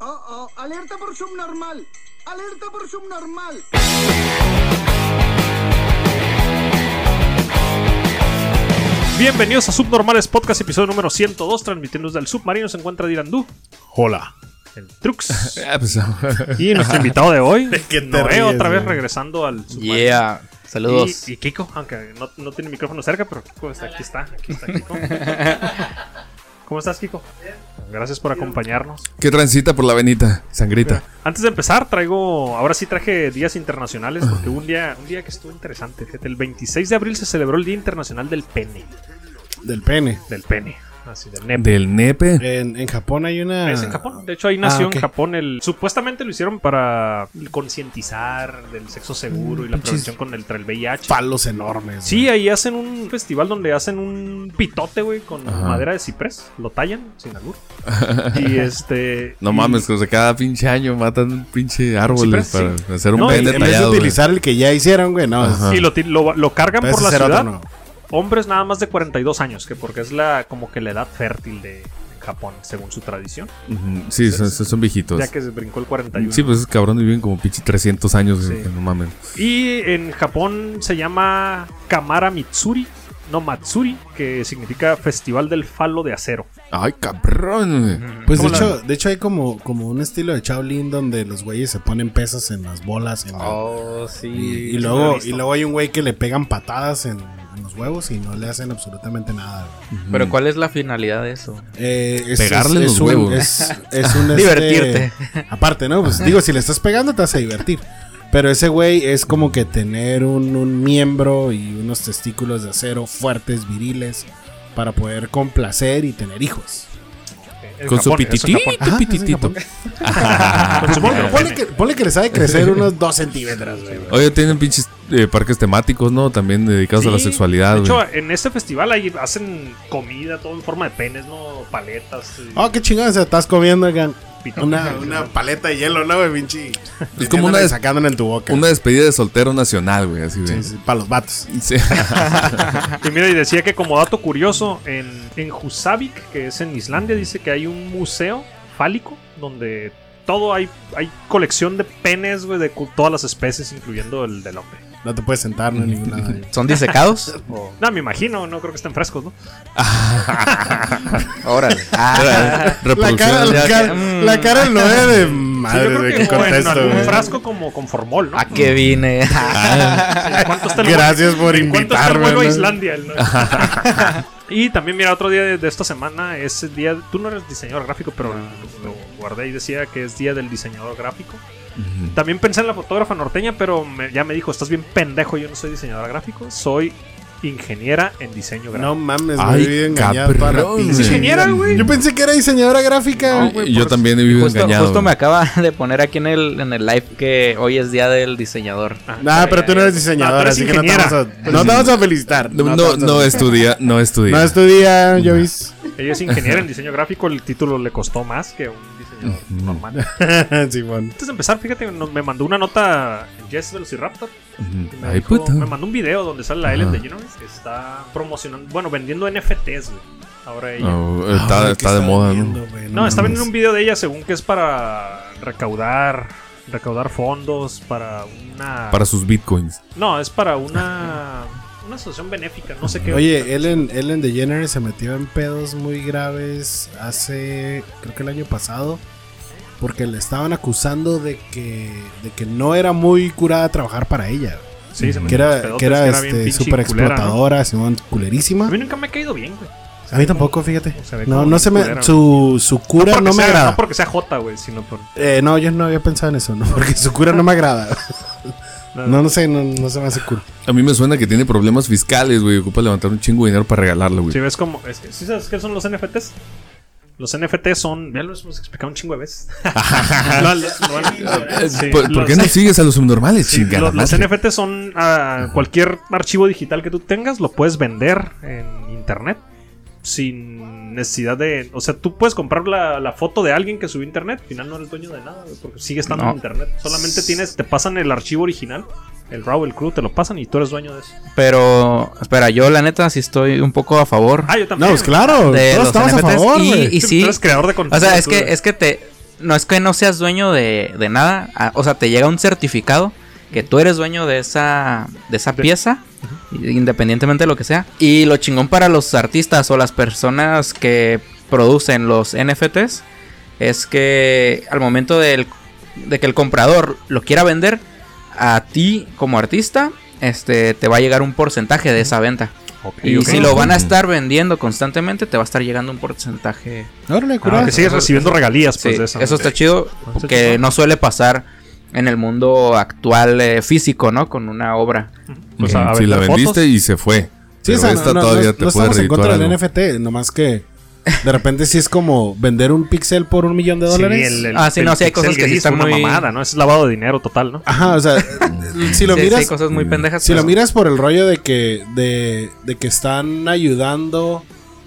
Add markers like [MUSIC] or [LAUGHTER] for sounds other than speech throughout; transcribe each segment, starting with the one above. Oh, Alerta por subnormal. Alerta por subnormal. Bienvenidos a Subnormales Podcast, episodio número 102, transmitiendo desde el submarino. Se encuentra Dirandú, Hola. el [LAUGHS] Trux Ah, pues, y nuestro invitado de hoy, Noé, otra vez regresando al submarino. Yeah, saludos. Y, y Kiko, aunque no, no tiene micrófono cerca, pero Kiko está, aquí está, aquí está [LAUGHS] Kiko. ¿Cómo estás, Kiko? Gracias por acompañarnos. ¿Qué transita por la venita? Sangrita. Antes de empezar, traigo, ahora sí traje días internacionales, porque hubo un día, un día que estuvo interesante. Fíjate, el 26 de abril se celebró el Día Internacional del Pene, Del pene. del pene, así, del nepe. Del nepe. En, en Japón hay una. Es en Japón. De hecho, ahí nació Ah, ok. en Japón. El, supuestamente lo hicieron para concientizar del sexo seguro y la Pinches prevención con el, tra- el VIH. Palos enormes. Sí, ahí hacen un festival donde hacen un pitote, güey, con Ajá. madera de ciprés. Lo tallan, sin albur. Y este. No y- mames, que cada pinche año matan un pinche árboles Sí, para pero hacer un No, güey. pene En vez de tallado. güey. utilizar el que ya hicieron, güey, no. Ajá. Y lo, ti- lo- lo cargan Ese por la será ciudad. otro, no. Hombres nada más de 42 años, que porque es la como que la edad fértil de Japón, según su tradición. Ujú, Sí, son, son- son viejitos. Ya que se brincó el 41. Sí, pues esos cabrones viven como pinche 300 años. Sí. que No mames. Y en Japón se llama Kamara Mitsuri, no Matsuri, que significa Festival del Falo de Acero. Ay, cabrón. güey. Pues de ¿Cómo la- hecho, de hecho hay como, como un estilo de Shaolin donde los güeyes se ponen pesas en las bolas. en la- Oh, sí. y, y lo he luego, visto. y luego hay un güey que le pegan patadas en, en los huevos y no le hacen absolutamente nada. güey. Pero ¿cuál es la finalidad de eso? Eh, es- Pegarle es- los es un- huevos. Es, [LAUGHS] es un, este, Divertirte. Aparte, ¿no? Pues digo, si le estás pegando te vas a divertir. Pero ese güey es como que tener un, un miembro y unos testículos de acero fuertes, viriles, para poder complacer y tener hijos. En Con su Japón, eso en pititito, Japón. Ajá, pititito. Con su Pero monstruo, ponle, pone que, ponle que les ha de crecer unos 2 centímetros, güey. Oye, tienen pinches eh, parques temáticos, ¿no? También dedicados a la Sí, sexualidad, De güey. hecho, en este festival ahí hacen comida, todo en forma de penes, ¿no? Paletas. y Oh, qué chingada se estás comiendo, acá. pitotes. Una, una paleta de hielo, ¿no, güey, pinche? Es como una Metiéndole y des- sacándola en tu boca. Una despedida de soltero nacional, güey. Así, güey. para los vatos. [LAUGHS] [LAUGHS] Sí. Y mira, y decía que como dato curioso, en, en Husavik, que es en Islandia, dice que hay un museo fálico donde todo hay, hay colección de penes, güey, de cu- todas las especies, incluyendo el del hombre. No te puedes sentar, no, ningún lado. güey. ¿Son disecados? No, me imagino, no creo que estén frescos, ¿no? [LAUGHS] Órale. La Reproducción. cara, la Ya cara, que- mm. la cara del [LAUGHS] Noé de Sí, yo madre, creo güey, que qué como en contexto, algún güey. Ah, frasco como con formol, ¿no? ¿A qué [LAUGHS] vine? [LAUGHS] ¿Cuánto está el vuelo? Gracias por ¿Cuánto está el invitarme. vuelo a ¿no? Islandia? El- [LAUGHS] y también, mira, otro día de, de esta semana es el día. Tú no eres diseñador gráfico, pero Ah, lo guardé y decía que es día del diseñador gráfico. Ujú. También pensé en la fotógrafa norteña, pero me- ya me dijo: Estás bien pendejo, yo no soy diseñadora gráfico, soy ingeniera en diseño gráfico. No mames, Ay, me he vivido engañado cabrón, toda la pinche güey. Ingeniera, vida. güey. Yo pensé que era diseñadora gráfica. No, güey. y yo también he vivido Justo, engañado. justo me acaba de poner aquí en el, en el live que hoy es día del diseñador. Ah, Nah, pero ya, tú no ya. eres diseñadora, No, tú eres así que no te, vamos a, no te vamos a felicitar. No, te no, vamos a no felicitar. estudia, no estudia. No estudia, Jovis. [LAUGHS] Ella es ingeniera en diseño gráfico, el título le costó más que a un diseñador No. normal. Simón. Antes de empezar, fíjate, no- me mandó una nota Jess Velociraptor. que Ujú. Me, Ay, dijo- puta. Ah. me mandó un video donde sale la Ellen Ajá. de que está promocionando, bueno, vendiendo NFTs, güey. Ahora ella. No, está, está de moda, ¿no? no, está vendiendo un video. video de ella según que es para recaudar recaudar fondos para una Para sus bitcoins. No, es para una una asociación benéfica, no sé qué. Oye, Ellen, Ellen DeGeneres se metió en pedos muy graves hace, creo que el año pasado, porque le estaban acusando de que, de que no era muy curada trabajar para ella. sí, se me Que los era, pedotes, que era bien este, pinche súper culera, ¿no? explotadora, Simón, A culerísima. mí nunca me ha caído bien, güey. A mí tampoco, fíjate. Se ve No, como no se culera, me. Su, su No cura porque no me sea- agrada. No porque sea J, güey, sino por Eh, no, yo no había pensado en eso, ¿no? Porque su cura no [LAUGHS] me agrada. No, no sé, no, no se me hace cool. A mí me suena que tiene problemas fiscales, güey. Ocupa levantar un chingo de dinero para regalarlo, güey. Si ves como. Es que, ¿sí sabes qué son los NFTs? Los NFTs son. Ya los hemos explicado un chingo de [LAUGHS] veces. Lo- lo- lo- Eh, sí, ¿Por, por los- qué no sigues a los subnormales, sí, chingada lo- los madre? NFTs son ah, cualquier archivo digital que tú tengas, lo puedes vender en internet sin necesidad de. O sea, tú puedes comprar la, la foto de alguien que subió a internet, al final no eres dueño de nada, güey, porque sigue estando No. en internet. Solamente tienes, te pasan el archivo original, el RAW, el CRU, te lo pasan y tú eres dueño de eso. Pero, espera, yo la neta sí estoy un poco a favor Ah, yo No, también. pues claro, de todos los estamos a NFTs favor, y, güey. y Tú- sí. tú eres creador de O contenido. sea, es tú, que, güey. es que te. no es que no seas dueño de, de nada. a- O sea, te llega un certificado que tú eres dueño de esa, de esa De- pieza, independientemente de lo que sea. Y lo chingón para los artistas o las personas que producen los NFTs es que al momento del- de que el comprador lo quiera vender, a ti como artista, este, te va a llegar un porcentaje de esa venta. Ok, Y ok. si lo van a estar vendiendo constantemente, te va a estar llegando un porcentaje. Órale, Ah, curado. que sigues recibiendo regalías pues, Sí, de esa. eso está chido, está porque chido. no suele pasar en el mundo actual eh, físico, ¿no? Con una obra. Pues, a- a si la vender vendiste fotos. y se fue. Sí, pero o sea, esta no, no- todavía te no- no puede estamos en redituar contra del algo. NFT, nomás que de repente sí es como vender un pixel por un millón de dólares. Sí, el- el- Ah, sí, el no, sí hay cosas pixel que sí gris, están una muy- mamada, ¿no? Es lavado de dinero total, ¿no? Ajá, [LAUGHS] o sea, si lo Sí, sí, miras, hay cosas Mm. muy pendejas. si lo pero- miras por el rollo de que de, de que están ayudando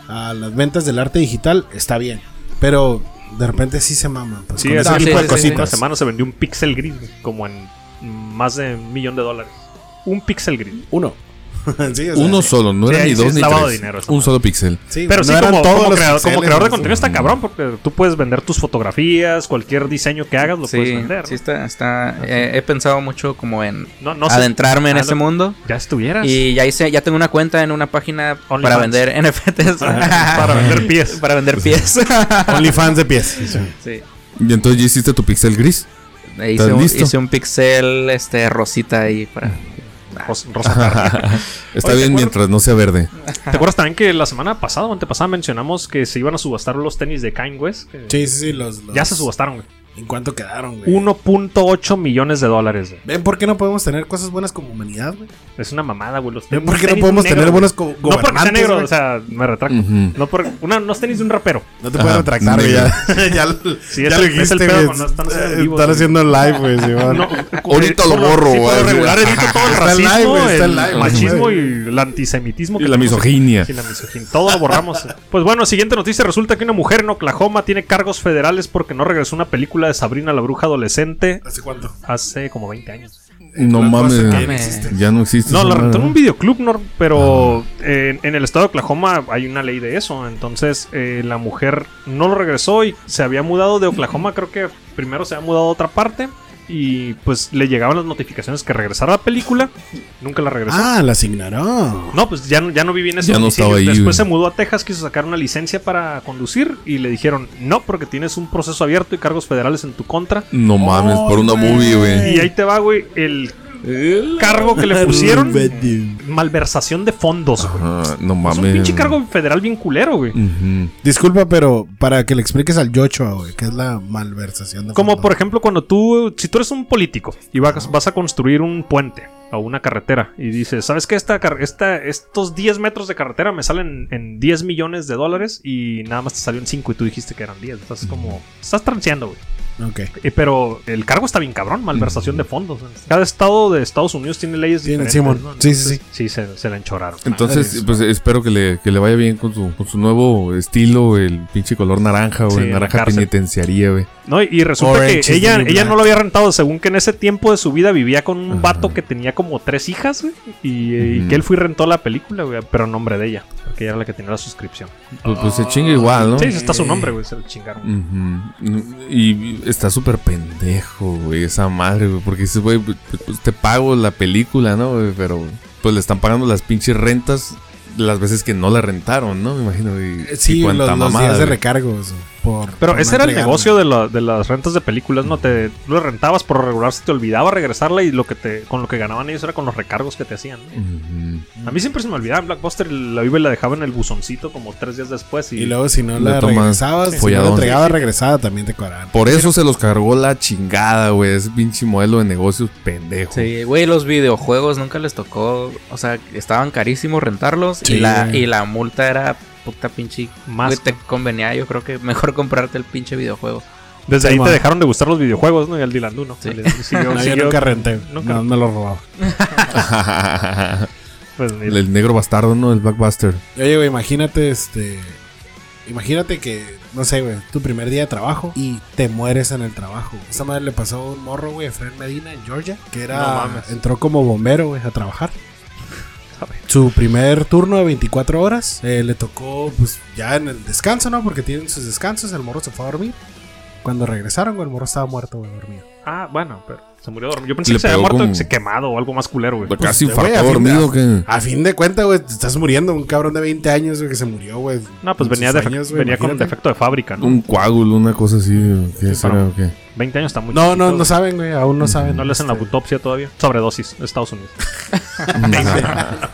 a las ventas del arte digital, está bien, pero de repente sí se maman. pues, Sí, con hace ese tipo de sí, sí, sí. una cositas. semana se vendió un pixel gris, güey, como en más de un millón de dólares. Un pixel gris. Uno. [LAUGHS] Sí, o sea, Uno solo, no Sí, era ahí ni sí dos es ni lavado de tres. dinero esa Un madre. solo pixel. sí, Pero no sí, eran como, todos como los creador, como pixeles, creador de ¿no? contenido está cabrón, porque tú puedes vender tus fotografías, cualquier diseño que hagas lo sí, puedes vender. sí está, está- eh, he pensado mucho como en No, no sé. adentrarme en Ah, ese no. mundo. Ya estuvieras. Y ya hice, ya tengo una cuenta en una página OnlyFans. para vender NFTs. Ah, [LAUGHS] para vender pies. para [LAUGHS] vender pies. OnlyFans de pies. sí. Y entonces ya hiciste tu pixel gris. E Hice un, listo? hice un pixel este rosita ahí [LAUGHS] para. Ros- Rosa [LAUGHS] Carmen. Está Oye, ¿te bien acuerdas? mientras no sea verde. ¿Te acuerdas también que la semana pasada o antepasada mencionamos que se iban a subastar los tenis de Kanye West? Que Sí, sí, sí, los, los- Ya se subastaron, güey. ¿En cuánto quedaron, güey? 1.8 millones de dólares, güey. ¿Ven por qué no podemos tener cosas buenas como humanidad, güey? Es una mamada, güey. Los ¿Ven tenis- Eh, por qué no tenis podemos negros, tener güey. buenos go- No porque sea gobernantes, negro, güey? o sea, me retracto. Ujú. No por una- unos tenis de un rapero. No te puedes Ajá, retractar, güey. negro. Ya, ya, [LAUGHS] lo- Sí, ya es el- es lo el dijiste, pedo güey. cuando están haciendo en Eh, vivo, están güey. haciendo live, [LAUGHS] güey. sí, bueno. No, Ahorita lo por borro, eh, sí, por güey. lo regular evito todo el Está en racismo, live, güey, está en el live, machismo güey. y el antisemitismo. Y que la tenemos aquí. misoginia. Sí, la misoginia. Todo lo borramos. Pues bueno, siguiente noticia. Resulta que una mujer en Oklahoma tiene cargos federales porque no regresó una película de Sabrina la Bruja Adolescente ¿Hace cuánto? hace como 20 años. No Las cosas que mames. no existen. Ya no existe. No, esa la madre, rentó en ¿no? un videoclub, ¿no? pero eh, en, en el estado de Oklahoma hay una ley de eso. Entonces eh, la mujer no lo regresó y se había mudado de Oklahoma. Creo que primero se había mudado a otra parte y pues le llegaban las notificaciones que regresara la película. Nunca la regresó. Ah, las ignoró. No, pues ya no, ya no viví en ese Ya no domicilio. estaba ahí, Después se güey. mudó a Texas, quiso sacar una licencia para conducir y le dijeron, no, porque tienes un proceso abierto y cargos federales en tu contra. Oh, No mames, por una güey. movie, güey. Y ahí te va, güey, el cargo que le pusieron. malversación de fondos, güey. Ajá, no Es mames. un pinche cargo federal bien culero, güey. Ujú. Disculpa, pero para que le expliques al Yochoa, güey, que es la malversación de Como fondos. por ejemplo cuando tú, si tú eres un político y vas, vas a construir un puente o una carretera y dices, ¿sabes qué? Esta, car- esta, estos 10 metros de carretera me salen en 10 millones de dólares y nada más te salió en 5 y tú dijiste que eran 10. Estás como, estás transeando, güey. Ok. Eh, pero el cargo está bien cabrón, malversación de fondos. Cada estado de Estados Unidos tiene leyes Tiene, diferentes. Simón. ¿no? Sí, sí, sí. Sí, se, se la enchoraron. Entonces, Madres. pues espero que le, que le vaya bien con su, con su nuevo estilo, el pinche color naranja, Sí, güey. en la naranja cárcel. penitenciaría, güey. No, y- y resulta Orange is que the ella, new ella black. no lo había rentado, según que en ese tiempo de su vida vivía con un vato que tenía como tres hijas, güey, y, eh, y Ujú. que él fue y rentó la película, güey, pero a nombre de ella, porque ella era la que tenía la suscripción. Pues, pues se chinga igual, ¿no? Sí, está su nombre, güey, se lo Mm. chingaron. Ujú. Y está súper pendejo, güey, esa madre, güey. Porque dices, güey, pues te pago la película, ¿no? güey? Pero pues le están pagando las pinches rentas las veces que no la rentaron, ¿no? Me imagino. Y, Sí, y los, cuánta los mamada, días de güey. recargos. güey, Por, Pero por ese no era el entregarla. negocio de, la- de las rentas de películas, ¿no? Te, tú lo rentabas por lo regular, se te olvidaba regresarla y lo que te, con lo que ganaban ellos era con los recargos que te hacían. ¿no? Ujú. A mí siempre se me olvidaba, en Blockbuster la viva y la dejaba en el buzoncito como tres días después y... Y luego si no Le la tomas regresabas, si no la folladón. entregabas regresada, también te cobraban. Por eso se los cargó la chingada, güey. Ese pinche modelo de negocios pendejo. Sí, güey, los videojuegos nunca les tocó. O sea, estaban carísimos rentarlos Sí. y, la, y la multa era puta pinche. Más. Güey, te convenía, yo creo que mejor [LAUGHS] comprarte el pinche videojuego. Desde ahí Sí, te ma. dejaron de gustar los videojuegos, ¿no? Y al Dylan ¿no? Sí. Al Dylan [LAUGHS] siguió- No, yo siguió- nunca renté. nunca- No, me lo robaba. pues, ni- [LAUGHS] el, el negro bastardo, ¿no? El Blackbuster. Oye, güey, imagínate este. Imagínate que, no sé, güey, tu primer día de trabajo y te mueres en el trabajo. güey. Esa madre le pasó a un morro, güey, a Fred Medina en Georgia, que No era. mames. entró como bombero, güey, a trabajar. [LAUGHS] A ver. Su primer turno de 24 horas eh, le tocó, pues ya en el descanso, ¿no? Porque tienen sus descansos, el morro se fue a dormir. Cuando regresaron, güey, el morro estaba muerto, güey, dormido. Ah, bueno, pero se murió dormido. Yo pensé Le que se había pegó muerto como- se quemado o algo más culero, güey. Casi Pues, güey, infartó a fin de- dormido. que- A fin de cuentas, güey, te estás muriendo. Un cabrón de 20 años, güey, que se murió, güey. No, pues En venía, sus defe- años, güey, venía con un imagínate. defecto de fábrica, ¿no? Un coágulo, una cosa así. ¿Qué Sí, para- será? [LAUGHS] o qué? 20 años está muy No, chiquito, no, güey. no saben, güey, aún no saben. Este, No le hacen la autopsia todavía. Sobredosis, Estados [LAUGHS] Unidos.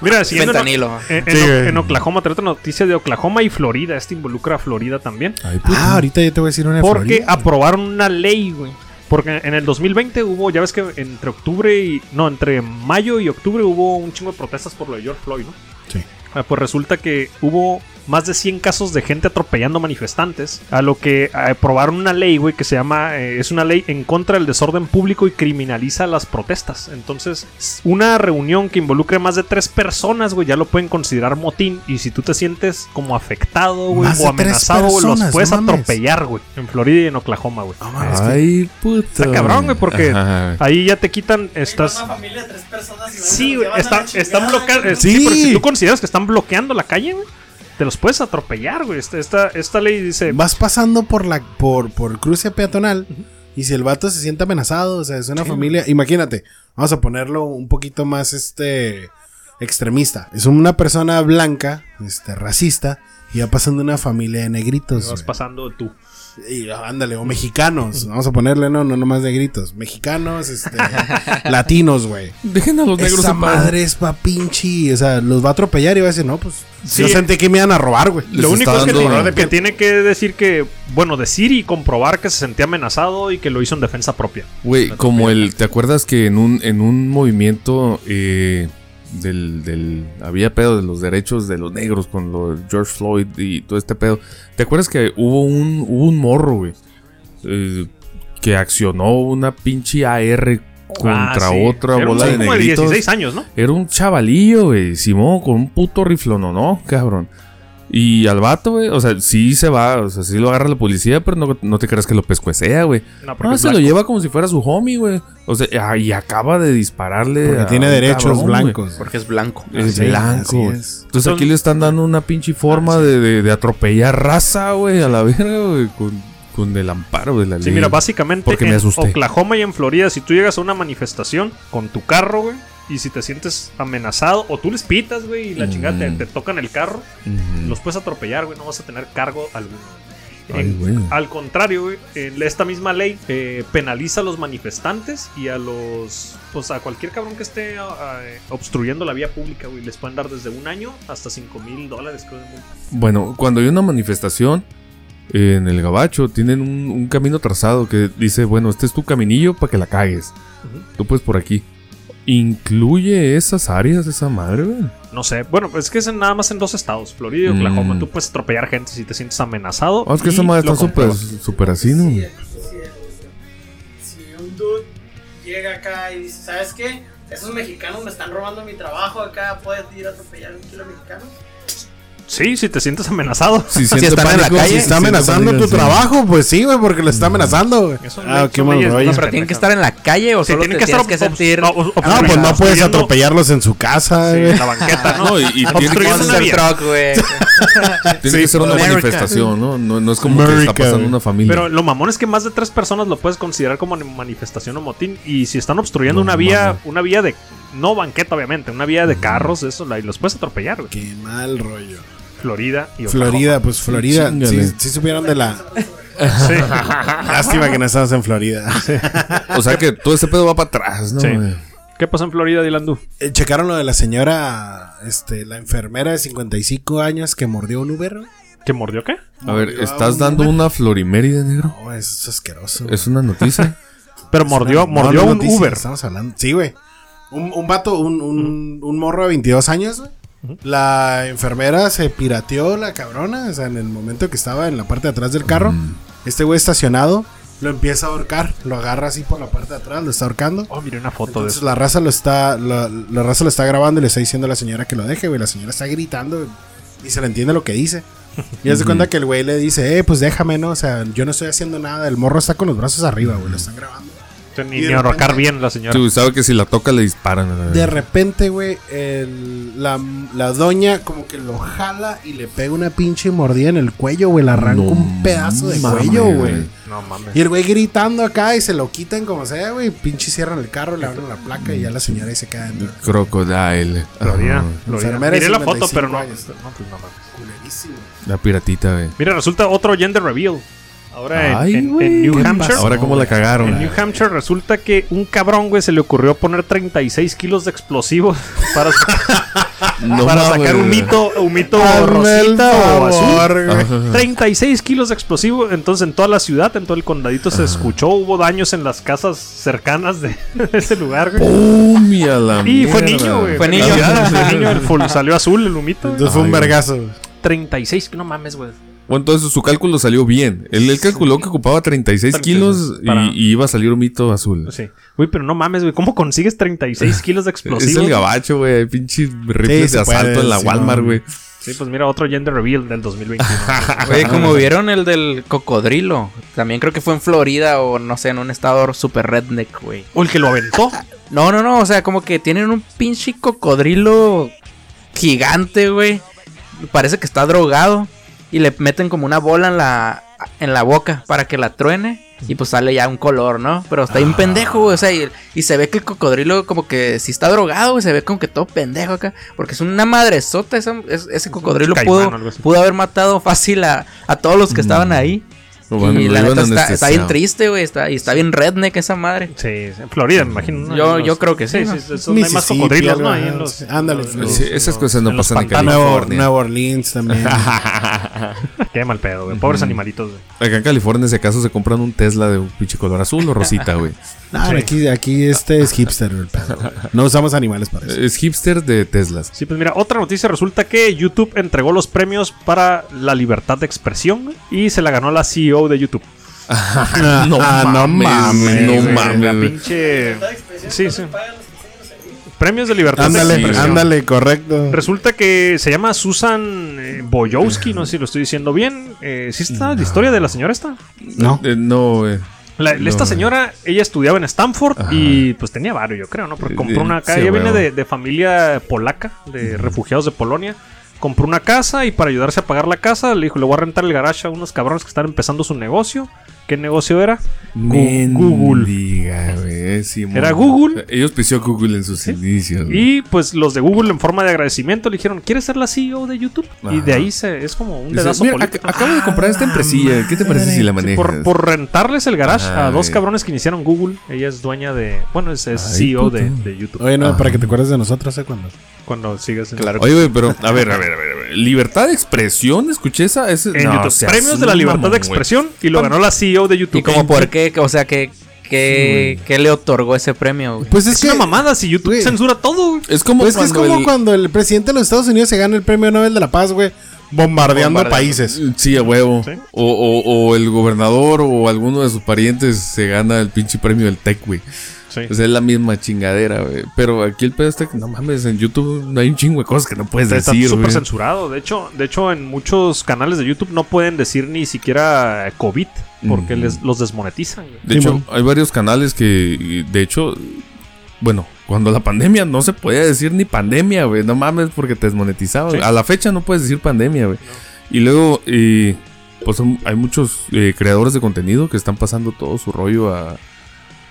Mira, siguiendo. en- Fentanilo. En, Sí, en- güey. en Oklahoma, trae otra noticia de Oklahoma y Florida. Este involucra a Florida también. Ay, puta. Ah, ahorita yo te voy a decir una de Porque Florida. aprobaron una ley, güey. Porque en el 2020 hubo, ya ves que entre octubre y. No, entre mayo y octubre hubo un chingo de protestas por lo de George Floyd, ¿no? Sí. Ah, Pues resulta que hubo más de 100 casos de gente atropellando manifestantes, a lo que eh, aprobaron una ley, güey, que se llama, eh, es una ley en contra del desorden público y criminaliza las protestas. Entonces, s- una reunión que involucre más de tres personas, güey, ya lo pueden considerar motín. Y si tú te sientes como afectado, güey, Más o de tres amenazado, güey, los personas, puedes no mames. atropellar, güey, en Florida y en Oklahoma, güey. Ay, puta. Está cabrón, güey, porque Ajá. ahí ya te quitan, estás... Una familia de tres personas y Sí, se güey, llevan a está- la chingada. están bloqueando. eh, Sí, Sí. pero si tú consideras que están bloqueando la calle, güey, te los puedes atropellar, güey. Esta, esta, esta ley dice. Vas pasando por la por, por el cruce peatonal y si el vato se siente amenazado, o sea, es una familia, imagínate, vamos a ponerlo un poquito más este extremista. Es una persona blanca, este racista y va pasando una familia de negritos. Vas güey. pasando tú. Y ándale, o mexicanos, vamos a ponerle no, no nomás negritos, mexicanos, [LAUGHS] este latinos, güey. Dejen a los negros Esa en paz. madre es pa pinche, o sea, los va a atropellar y va a decir, "No, pues Sí. yo sentí que me iban a robar, güey." Les Lo único está es que, dando- tiene- que tiene que decir que, bueno, decir y comprobar que se sentía amenazado y que lo hizo en defensa propia. Güey, como el, ¿te acuerdas que en un, en un movimiento eh, del, del, había pedo de los derechos de los negros con lo de George Floyd y todo este pedo? ¿Te acuerdas que hubo un, hubo un morro, güey, eh, que accionó una pinche AR contra Ah, sí. otra Era un bola de chico como negritos? 16 años, ¿no? Era un chavalillo, güey, Simón, con un puto riflón, ¿no? cabrón. Y al vato, güey, o sea, sí se va, o sea, sí lo agarra la policía, pero no, no te creas que lo pescuecea, güey. No, porque No, es Ah, se lo blanco. lleva como si fuera su homie, güey. O sea, ah, y acaba de dispararle. Porque a tiene un derechos cabrón, güey. blancos. Porque es blanco. Es Así es, así blanco. güey. es. Entonces aquí le están dando una pinche Ah, forma de, de- de atropellar raza, güey, a la verga, güey, con, con el amparo de la ley. Sí, mira, básicamente Porque me en asusté. Oklahoma y en Florida, si tú llegas a una manifestación con tu carro, güey, y si te sientes amenazado, o tú les pitas, güey, y la Mm. chingada te, te tocan el carro, Ujú. los puedes atropellar, güey, no vas a tener cargo alguno. Ay, En- güey. al contrario, güey, en esta misma ley eh, penaliza a los manifestantes y a los. Pues a cualquier cabrón que esté ah, eh, obstruyendo la vía pública, güey. Les pueden dar desde un año hasta 5 mil dólares, creo. de multa. Bueno, cuando hay una manifestación eh, en el gabacho, tienen un, un camino trazado que dice, bueno, este es tu caminillo para que la cagues. Ujú. Tú puedes por aquí. Incluye esas áreas, esa madre, güey. No sé. Bueno, pues es que es en- nada más en dos estados, Florida y Mm. Oklahoma. Tú puedes atropellar gente si te sientes amenazado. Ah, es que y esa madre lo está súper, compruebas. súper así, ¿no? Si, si- si un dude llega acá y dice, ¿sabes qué? Esos mexicanos me están robando mi trabajo acá, puedes ir a atropellar un kilo mexicano. Sí, si te sientes amenazado. Si, siente están en la pánico, calle, Si está amenazando tu trabajo, pues sí, güey, porque le está amenazando, güey. [LAUGHS] Eso Ah, no- qué son mal leyes, rollo. no, Pero tienen que estar en la calle o Sí, solo tienen te que estar tienes que obs- sentir. obs- ob- Ah, pues no obstruyendo- puedes atropellarlos en su casa, Sí, güey. en la banqueta, ¿no? No, y, y tiene, que, Obstruyendo ser- una Monster vía. Truck, [LAUGHS] güey. tiene que ser una America. manifestación, ¿no? ¿no? no es como que está America, pasando güey. una familia. Pero lo mamón es que más de tres personas lo puedes considerar como ni- manifestación o motín. Y si están obstruyendo No una vía, mames. una vía de. No banqueta, obviamente, una vía de carros, eso, la- y los puedes atropellar, güey. Qué mal rollo. Florida y Oklahoma. Florida, pues Florida. Chíngale. Sí, sí supieron de la. Sí. Lástima que no estamos en Florida. o sea que todo ese pedo va para atrás, ¿no? Sí. güey? ¿Qué pasó en Florida, Dylan Du? Eh, Checaron lo de la señora, este, la enfermera de 55 años que mordió un Uber. güey? ¿Que mordió qué? A ver, Mordió a ¿estás un dando Uber. una florimeria, negro? No, eso es asqueroso. ¿Es una [LAUGHS] noticia? Pero mordió, No, mordió no, un noticias, Uber. Estamos hablando. Sí, güey. Un, un vato, un, un, un morro de 22 años, güey. La enfermera se pirateó la cabrona. O sea, en el momento que estaba en la parte de atrás del carro. Este güey estacionado. Lo empieza a ahorcar. Lo agarra así por la parte de atrás. Lo está ahorcando. Oh, miré una foto Entonces de eso. la raza lo está. La, la raza lo está grabando y le está diciendo a la señora que lo deje, güey. La señora está gritando güey, y se le entiende lo que dice. Y hace cuenta que el güey le dice, eh, pues déjame, ¿no? O sea, yo no estoy haciendo nada. El morro está con los brazos arriba, güey. Lo están grabando. Ni, Y de ni ahorcar repente- bien la señora. Tú sabes que si la toca le disparan. a la De verga. repente, güey, el- la, la doña como que lo jala y le pega una pinche mordida en el cuello, güey. Le arranca No un pedazo de mames, cuello, güey. No mames. Y el güey gritando acá y se lo quitan como sea, güey. Pinche cierran el carro, le abren la placa y ya la señora ahí se queda dentro. Crocodile. Ah, Florida. Ah, Ajá. Florida. Enfermera de Miré la foto, 55 pero no. años. no, pues no mames. Culerísimo. La piratita, güey. Mira, resulta otro gender reveal. Ahora en- Ay, en- en, güey, New ¿qué Hampshire. pasó, Ahora cómo la güey? cagaron. En New Hampshire resulta que un cabrón, güey, se le ocurrió poner 36 kilos de explosivos [LAUGHS] para, [LAUGHS] No Ah, para mames, sacar un güey. mito, un mito Hazme el rosita o azul. favor, güey. Ajá, ajá. 36 kilos de explosivo. Entonces, en toda la ciudad, en todo el condadito Ah. se escuchó. Hubo daños en las casas cercanas de, [LAUGHS] de ese lugar, [LAUGHS] güey. ¡Pum! Y a la Y fue mierda. niño, güey. Fue niño. Felicidades, Fue niño, el full- salió azul el humito. güey. Entonces fue Ay, un güey. vergazo. güey. 36, que no mames, güey. Bueno, entonces su cálculo salió bien. Él, él calculó que ocupaba 36 kilos y, Para- y iba a salir un mito azul. Sí. Güey, pero no mames, güey. ¿Cómo consigues 36 [LAUGHS] kilos de Este, Es explosivos? el gabacho, güey. Hay pinches rifles se de asalto puede, en la sí, Walmart, no. güey. Sí, pues mira, otro gender reveal del 2021. [LAUGHS] Oye, como vieron el del cocodrilo, también creo que fue en Florida o no sé, en un estado super redneck, güey. o el que lo aventó. No, no, no, o sea, como que tienen un pinche cocodrilo gigante, güey. Parece que está drogado y le meten como una bola en la en la boca para que la truene y pues sale ya un color, ¿no? Pero está ahí un pendejo, güey, o sea, y, y se ve que el cocodrilo como que si está drogado, güey, se ve como que todo pendejo acá, porque es una madresota esa- es- ese cocodrilo caimán o pudo algo así. pudo haber matado fácil a, a todos los que estaban ahí. No, bueno, y lo este la iban neta está, está bien anestesiado. triste, güey. Está, y está bien redneck esa madre. Sí, sí, en Florida, me imagino. ¿no? Yo- Ahí en yo creo que sí, Sí, ¿no? sí, son- hay más Mississippi, cocodrilos, algo, ¿no? Ahí ajá, en los. sí. Ándale, en los- Florida. Sí, esas cosas no en los pasan en pantanos. Ah, Nuevo- California. Nueva [LAUGHS] Orleans también. Qué mal pedo, güey. Pobres animalitos, güey. Acá en California, si acaso se compran un Tesla de un pinche color azul o rosita, güey. No, aquí, aquí este es hipster, el pedo, güey. No usamos animales para [LAUGHS] eso. Es hipster de Teslas. Sí, pues mira, otra noticia. Resulta que YouTube entregó los premios para la libertad de expresión güey, y se la ganó la CEO de YouTube. [LAUGHS] no Ah, no mames, no Sí, mames. La güey. pinche. Libertad de expresión, Sí, no sí. se pagan los que tienen los servicios. Premios de libertad de Ándale, expresión. ándale, correcto. Resulta que se llama Susan eh, Boyowski, no sé si lo estoy diciendo bien. Eh, ¿Sí está la historia de la señora esta? No. Eh, no, güey. La- No, esta eh. señora, ella estudiaba en Stanford Ajá. y pues tenía varios, yo creo, ¿no? Porque compró una Sí, casa. Ella viene huevo. de, de familia polaca, de refugiados de Polonia. Compró una casa y para ayudarse a pagar la casa le dijo, le voy a rentar el garage a unos cabrones que están empezando su negocio. ¿Qué negocio era? Gu- Google. Mendiga, güey, Simón. Era Google. Ellos pidió Google en sus inicios. güey. Y pues los de Google en forma de agradecimiento le dijeron, ¿quieres ser la CEO de YouTube? Y de Ajá. ahí se, es como un Dice, dedazo Mira, político. ac- acabo de comprar esta empresilla. ¿Qué te parece si la Sí, manejas? por, por rentarles el garage a dos Ay. cabrones que iniciaron Google. Ella es dueña de... Bueno, es, es Ay, CEO de, puto. de YouTube. Oye, no, Ah. para que te acuerdes de nosotros, ¿eh? Cuando. Cuando sigas en... Oye, güey, [LAUGHS] pero a ver, a ver, a ver, a ver. Libertad de expresión, escuché esa. Ese- en no, YouTube. seas Premios de la un libertad mamón, de güey. expresión y lo ganó la CEO de YouTube. Y como por qué, o sea, que, que, que le otorgó ese premio, güey. Pues Es, una mamada si YouTube güey. censura todo. güey. Es como Pues es que es como el- cuando el presidente de los Estados Unidos se gana el premio Nobel de la Paz, güey, bombardeando, Bombardeando. países. Sí, a huevo. Sí. O, o- o el gobernador o alguno de sus parientes se gana el pinche premio del tech, güey. Pues O sea, es la misma chingadera, güey. Pero aquí el pedo está que no mames, en YouTube no hay un chingo de cosas que no puedes Está decir, súper Pues güey. censurado. De hecho, de hecho, en muchos canales de YouTube no pueden decir ni siquiera eh, COVID porque Ujú. les, los desmonetizan. güey. Mm. De hecho, hay varios canales que, y de hecho, bueno, cuando la pandemia no se podía decir ni pandemia, güey. No mames, porque te desmonetizaba. Sí. A la fecha no puedes decir pandemia, güey. Y luego, eh, pues son- hay muchos eh, creadores de contenido que están pasando todo su rollo a,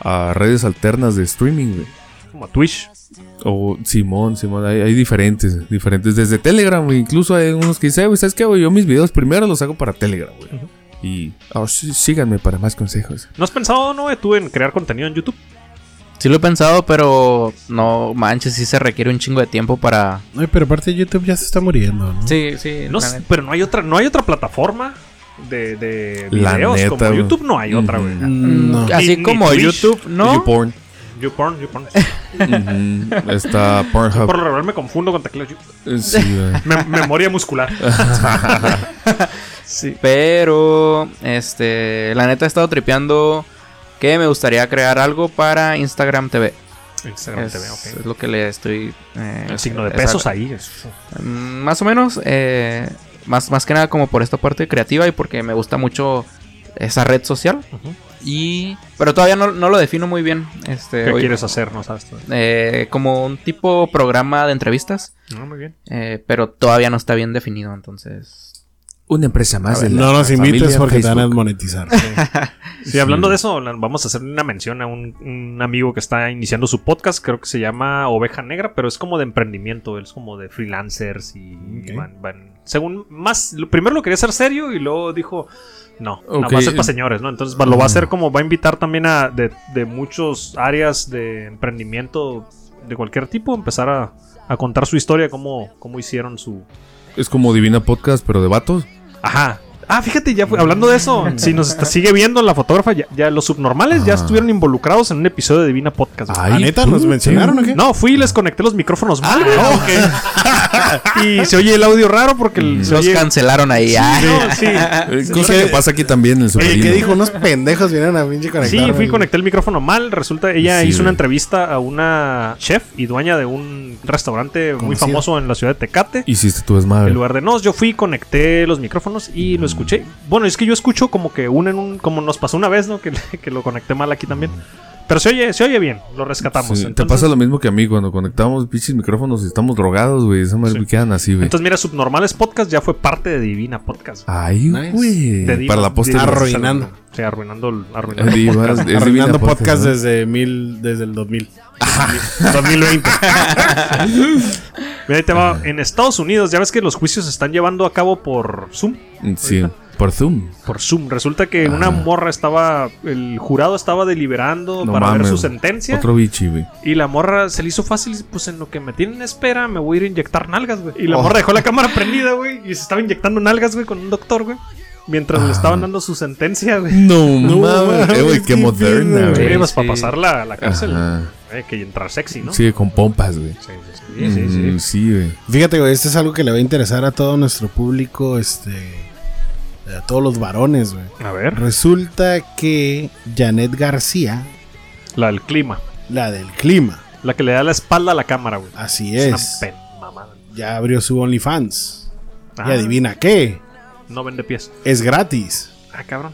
a redes alternas de streaming, güey. Como Twitch. O Simón, Simón, hay, hay diferentes, diferentes. Desde Telegram, güey, incluso hay unos que dicen, "Eh, güey, ¿sabes qué, güey? Yo mis videos primero los hago para Telegram, güey. Ujú. Y ah, sí, síganme para más consejos. ¿No has pensado, no, eh, tú en crear contenido en YouTube? Sí lo he pensado, pero no manches, sí se requiere un chingo de tiempo para... Ay, pero aparte de YouTube ya se está muriendo, ¿no? Sí, sí. No, sé, pero no hay otra, no hay otra plataforma de, de La videos neta, como güey. YouTube. No hay otra, güey. Ujú. No. Ni- Así ni como Twitch, YouTube, ¿no? YouPorn. YouPorn, [LAUGHS] YouPorn. Ujú. Está Por Pornhub. Eh, lo regular me confundo con teclas. You- Sí, güey. Mem- memoria muscular. Pero, este, la neta he estado tripeando que me gustaría crear algo para Instagram TV. Instagram es, TV, ok. es lo que le estoy... eh, El signo de es- pesos ahí. es- Mm, Más o menos, eh, más, más que nada como por esta parte creativa y porque me gusta mucho esa red social. Y. Pero todavía no, no lo defino muy bien. Este, ¿Qué hoy- quieres hacer? No sabes. todavía. eh, como un tipo programa de entrevistas. Ah, No, muy bien. eh, pero todavía no está bien definido, entonces. Una empresa más de No Ah, la nos invites familia porque te van a Facebook. monetizar. Sí, hablando de eso, la- vamos a hacer una mención a un, un amigo que está iniciando su podcast, creo que se llama Oveja Negra, pero es como de emprendimiento, él es como de freelancers y Ok. van, van- según más, lo- primero lo quería hacer serio y luego dijo, no, no, Ok. va a ser para señores, ¿no? Entonces va- lo va a hacer como, va a invitar también a de, de muchos áreas de emprendimiento de cualquier tipo, empezar a, a contar su historia, cómo, cómo hicieron su... Es como Divina Podcast, pero de vatos. Ajá. Ah, fíjate, ya fue- hablando de [LAUGHS] eso, si nos está- sigue viendo la fotógrafa, ya, ya los subnormales ya Ajá. estuvieron involucrados en un episodio de Divina Podcast. güey. ¿A Ay, Ah, neta? ¿Nos puta. mencionaron o qué? No, fui y les conecté los micrófonos mal, güey. Ok. Y se oye el audio raro porque Mm. el- se Los oye- cancelaron ahí. ah. Sí, no, [LAUGHS] sí. Eh, Cosa que pasa aquí también en el Oye, Superino. ¿qué dijo? Unos pendejos vinieron a Sí, pinche conectar. fui y conecté el micrófono mal. Resulta, ella Sí, hizo una güey. entrevista a una chef y dueña de un restaurante muy Conocido. famoso en la ciudad de Tecate. Hiciste tu desmadre. En lugar de nos, yo fui, conecté los micrófonos y lo escuché. Bueno, es que yo escucho como que un en un, como nos pasó una vez, ¿no? Que, que lo conecté mal aquí también. Pero se oye, se oye bien, lo rescatamos. Sí, te Entonces- pasa lo mismo que a mí cuando conectamos pinches micrófonos y estamos drogados, güey. Esa madre Sí. quedan así, güey. Entonces, mira, Subnormales Podcast ya fue parte de Divina Podcast. Ay, Nice. güey. De Divas- Ah, Para la Eh, Divas- posterior. [LAUGHS] Arruinando. Sí, arruinando, el- arruinando el Divas- podcast. es Divina Arruinando podcast ¿no? desde, mil, desde el [LAUGHS] 2000. 2020. Mira, ahí te va. En Estados Unidos, ya ves que los juicios se están llevando a cabo por Zoom. Sí, por Zoom. por Zoom. Resulta que una morra estaba, el jurado estaba deliberando No para ver mames. su sentencia. Otro bichi, güey. Y la morra se le hizo fácil, pues en lo que me tienen en espera me voy a ir a inyectar nalgas, güey. Y la Oh. morra dejó la cámara prendida, güey, y se estaba inyectando nalgas, güey, con un doctor, güey. Mientras Ah. le estaban dando su sentencia, güey. No, mames. mames, Eh, güey, qué qué moderna, pedo, Sí, güey. pues, sí. para pasar la, la cárcel. Ajá. Hay que entrar sexy, ¿no? Sigue con pompas, güey. Sí, sí, sí, sí. Mm, Sí, güey. Fíjate, güey, esto es algo que le va a interesar a todo nuestro público, este. A todos los varones, güey. Mm. A ver, Resulta que Janet García, la del clima. la del clima, La que le da la espalda a la cámara, güey. así Es una es, pen- mamada. ya abrió su OnlyFans. Ah, Y adivina qué, No vende pies. es gratis. Ah, cabrón.